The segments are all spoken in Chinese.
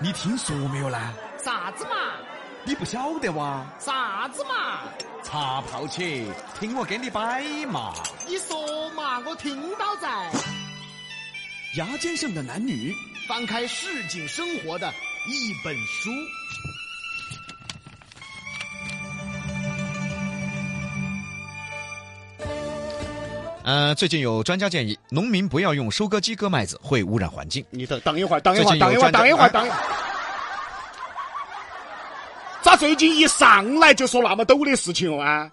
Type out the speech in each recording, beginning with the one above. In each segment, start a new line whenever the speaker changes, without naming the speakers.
你听说没有呢？
啥子嘛？
你不晓得哇？
啥子嘛？
茶泡起，听我给你摆嘛。
你说嘛，我听到在。
牙尖上的男女，
翻开市井生活的一本书，
呃，最近有专家建议，农民不要用收割机割麦子，会污染环境。
你等等一会儿，等一
最
会儿，
近有
等一
专家啊
会儿，等一会儿，等一会儿。咋最近一上来就说那么陡的事情啊？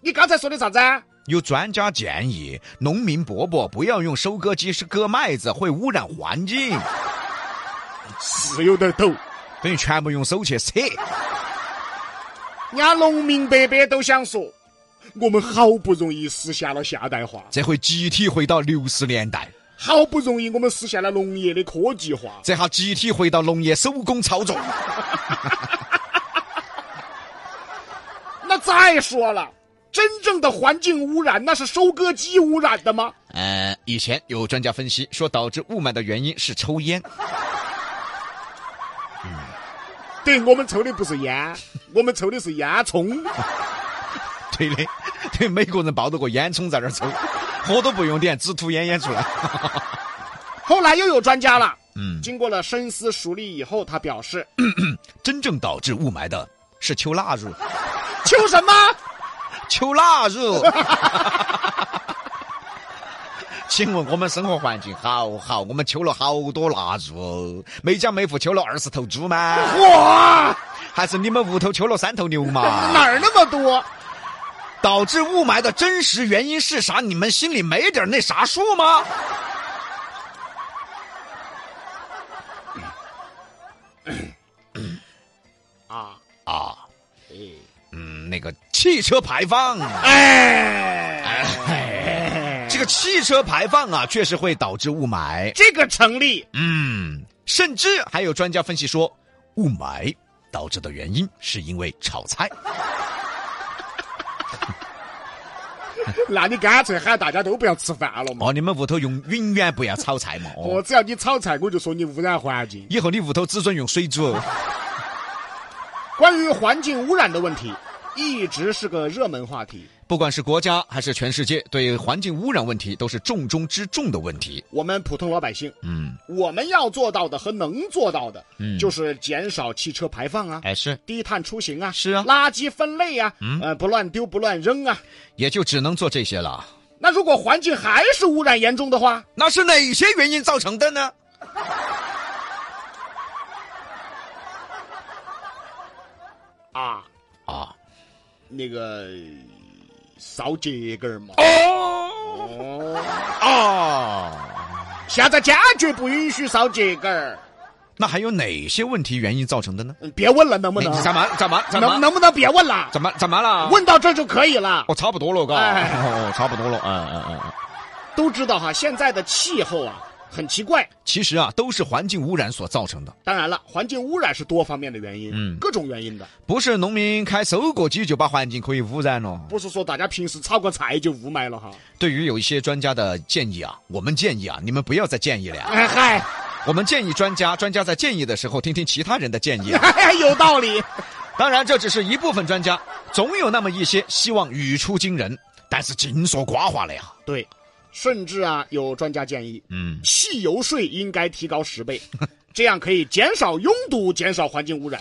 你刚才说的啥子啊？
有专家建议，农民伯伯不要用收割机是割麦子，会污染环境，
是有点陡，
等于全部用手去扯。
人家农民伯伯都想说，我们好不容易实现了现代化，
这回集体回到六十年代，
好不容易我们实现了农业的科技化，
这下集体回到农业手工操作。
那再说了，真正的环境污染那是收割机污染 的吗？
呃，以前有专家分析说，导致雾霾的原因是抽烟。
对我们抽的不是烟，我们抽的是烟囱。
对的，对，美国人抱着个烟囱在那儿抽，火都不用点，只吐烟烟出来。
后来又有专家了，
嗯，
经过了深思熟虑以后，他表 示，
真正导致雾霾的是秋腊肉，
求什么？
秋腊肉。 请问我们生活环境好好，我们秋了好多腊肉，每家每户秋了二十头猪吗？啊
哇，
还是你们屋头秋了三头牛嘛？
哪儿那么多？
导致雾霾的真实原因是啥？你们心里没点那啥数吗？
啊，
啊，
哎，
嗯，那个汽车排放，
哎，
这个汽车排放啊，确实会导致雾霾。
这个成立。
嗯，甚至还有专家分析说，雾霾导致的原因是因为炒菜。
那你干脆喊大家都不要吃饭了嘛。
哦，你们屋头用永远不要炒菜嘛。
我
哦，
只要你炒菜，我就说你污染环境。
以后你屋头只准用水煮。
关于环境污染的问题，一直是个热门话题。
不管是国家还是全世界，对环境污染问题都是重中之重的问题。
我们普通老百姓，
嗯，
我们要做到的和能做到的，
嗯
就是减少汽车排放啊，
哎是，
低碳出行啊，
是啊
垃圾分类啊，呃，不乱丢不乱扔啊。
也就只能做这些了。
那如果环境还是污染严重的话，
那是哪些原因造成的呢？
啊，
啊，
那个烧秸秆儿嘛。
哦
哦，
哦。
现在坚决不允许烧秸秆儿。
那还有哪些问题原因造成的呢？哎
嗯别问了，能不能？
怎么怎么怎
能
么
能不能别问了？
怎么怎么了？
问到这儿就可以了。
哦，差不多了，嘎，
哎
哦，差不多了，嗯嗯嗯嗯。
都知道哈，现在的气候啊很奇怪。
其实啊，都是环境污染所造成的，
当然了，环境污染是多方面的原因，
嗯
各种原因的，
不是农民开收割机就把环境可以污染了。
不是说大家平时炒个菜就雾霾了哈。
对于有一些专家的建议啊，我们建议啊，你们不要再建议了呀。
哎嗨，
我们建议专家，专家在建议的时候听听其他人的建 议啊。
嗨哎有道理。
当然，这只是一部分专家，总有那么一些希望语出惊人，但是尽说瓜话了呀。
对，甚至啊，有专家建议，
嗯，
汽油税应该提高 十倍，这样可以减少拥堵，减少环境污染。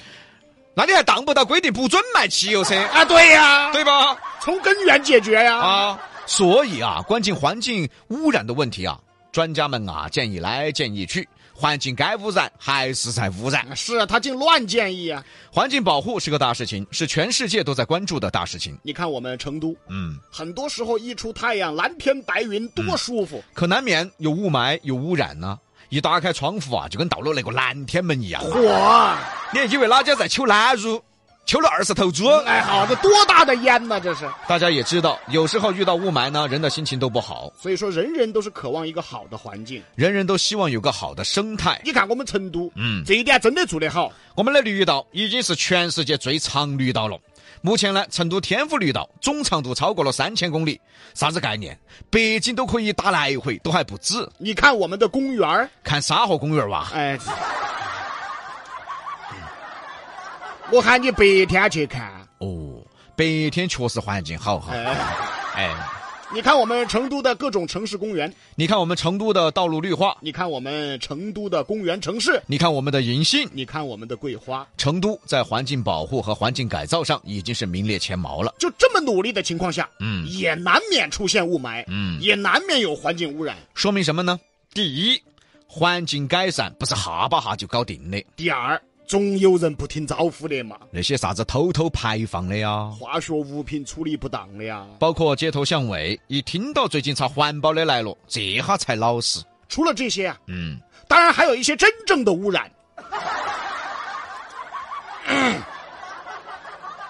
那你还当不到规定不准卖汽油车，
啊，对呀、
对吧？
从根源解决呀、
啊，所以啊，关键环境污染的问题啊，专家们啊建议来建议去，环境该污染还是在污染。
是啊，他竟乱建议啊！
环境保护是个大事情，是全世界都在关注的大事情。
你看我们成都，
嗯，
很多时候一出太阳，蓝天白云，多舒服。
可难免有雾霾有污染呢、一打开窗户啊，就跟到了那个南天门一样。
哇！
你还以为哪家在秋南乳，秋了二十头猪？
哎，好，这多大的烟呐，这是！
大家也知道，有时候遇到雾霾呢，人的心情都不好，
所以说，人人都是渴望一个好的环境。
人人都希望有个好的生态。
你看我们成都，
嗯
这一点真的做得好。
我们的绿道已经是全世界最长绿道了。目前呢，成都天府绿道总长度超过了三千公里，啥子概念？北京都可以打来回，都还不止。
你看我们的公园儿
看沙河公园哇，
哎，我喊你白天去看。
哦，白天确实环境好哈。
哎，
哎，
你看我们成都的各种城市公园，
你看我们成都的道路绿化，
你看我们成都的公园城市，
你看我们的银杏，
你看我们的桂花，
成都在环境保护和环境改造上已经是名列前茅了。
就这么努力的情况下，
嗯
也难免出现雾霾，
嗯
也难免有环境污染。
说明什么呢？第一，环境改善不是哈巴哈就搞定的，
第二，总有人不听招呼的嘛，
那些啥子偷偷排放的呀，
化学物品处理不当的呀。
包括街头巷尾，一听到最近查环保的来了，这下才老实。
除了这些啊，
嗯，
当然还有一些真正的污染。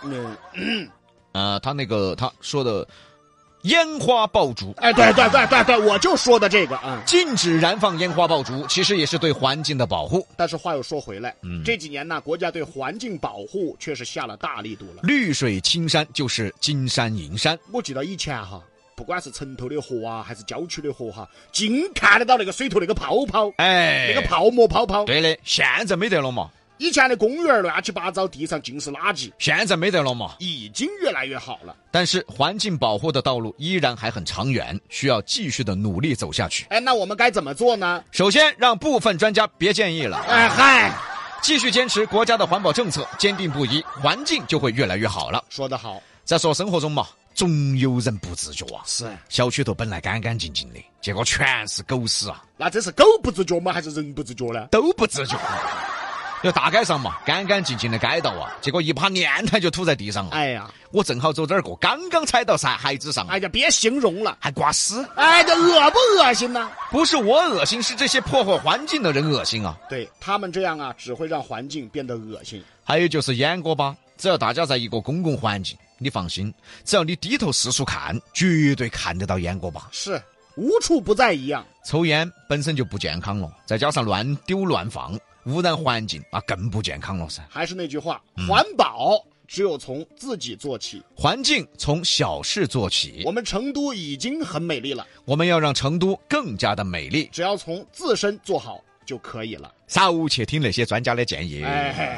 嗯，
呃，他那个他说的烟花爆竹，
哎，对对对对对，我就说的这个啊、嗯
禁止燃放烟花爆竹，其实也是对环境的保护。
但是话又说回来，
嗯
这几年呢，国家对环境保护确实下了大力度了。
绿水青山就是金山银山，
我记得以前哈，不管是城头的河啊，还是郊区的河哈，净看得到那个水头那个泡泡，
哎，
那个泡沫泡泡。
对的，现在没得了嘛，
以前的公园乱七八糟，地上尽是垃圾，
现在没得了嘛。
已经越来越好了。
但是环境保护的道路依然还很长远，需要继续的努力走下去。
哎，那我们该怎么做呢？
首先，让部分专家别建议了，
哎嗨，
继续坚持国家的环保政策，坚定不移，环境就会越来越好了。
说得好，
再说生活中嘛，总有人不自觉啊，
是。
小区头本来干干净净的，结果全是狗屎啊，
那这是狗不自觉吗？还是人不自觉呢？
都不自觉。就大街上嘛，干干净净的街道啊，结果一把年苔就吐在地上了。
哎呀，
我正好走这儿过，刚刚踩到山孩子上，
哎呀，别形容了，
还刮屎。
哎，这恶不恶心呢？
不是我恶心，是这些破坏环境的人恶心啊！
对他们这样啊，只会让环境变得恶心。
还有就是烟锅巴，只要大家在一个公共环境，你放心，只要你低头四处看，绝对看得到烟锅巴。
是，无处不在一样。
抽烟本身就不健康了，再加上乱丢乱放，污染环境啊更不健康了噻。
还是那句话，环保只有从自己做起。
环境从小事做起，
我们成都已经很美丽了，
我们要让成都更加的美丽。
只要从自身做好就可以了。
少去听那些专家的建议。
哎，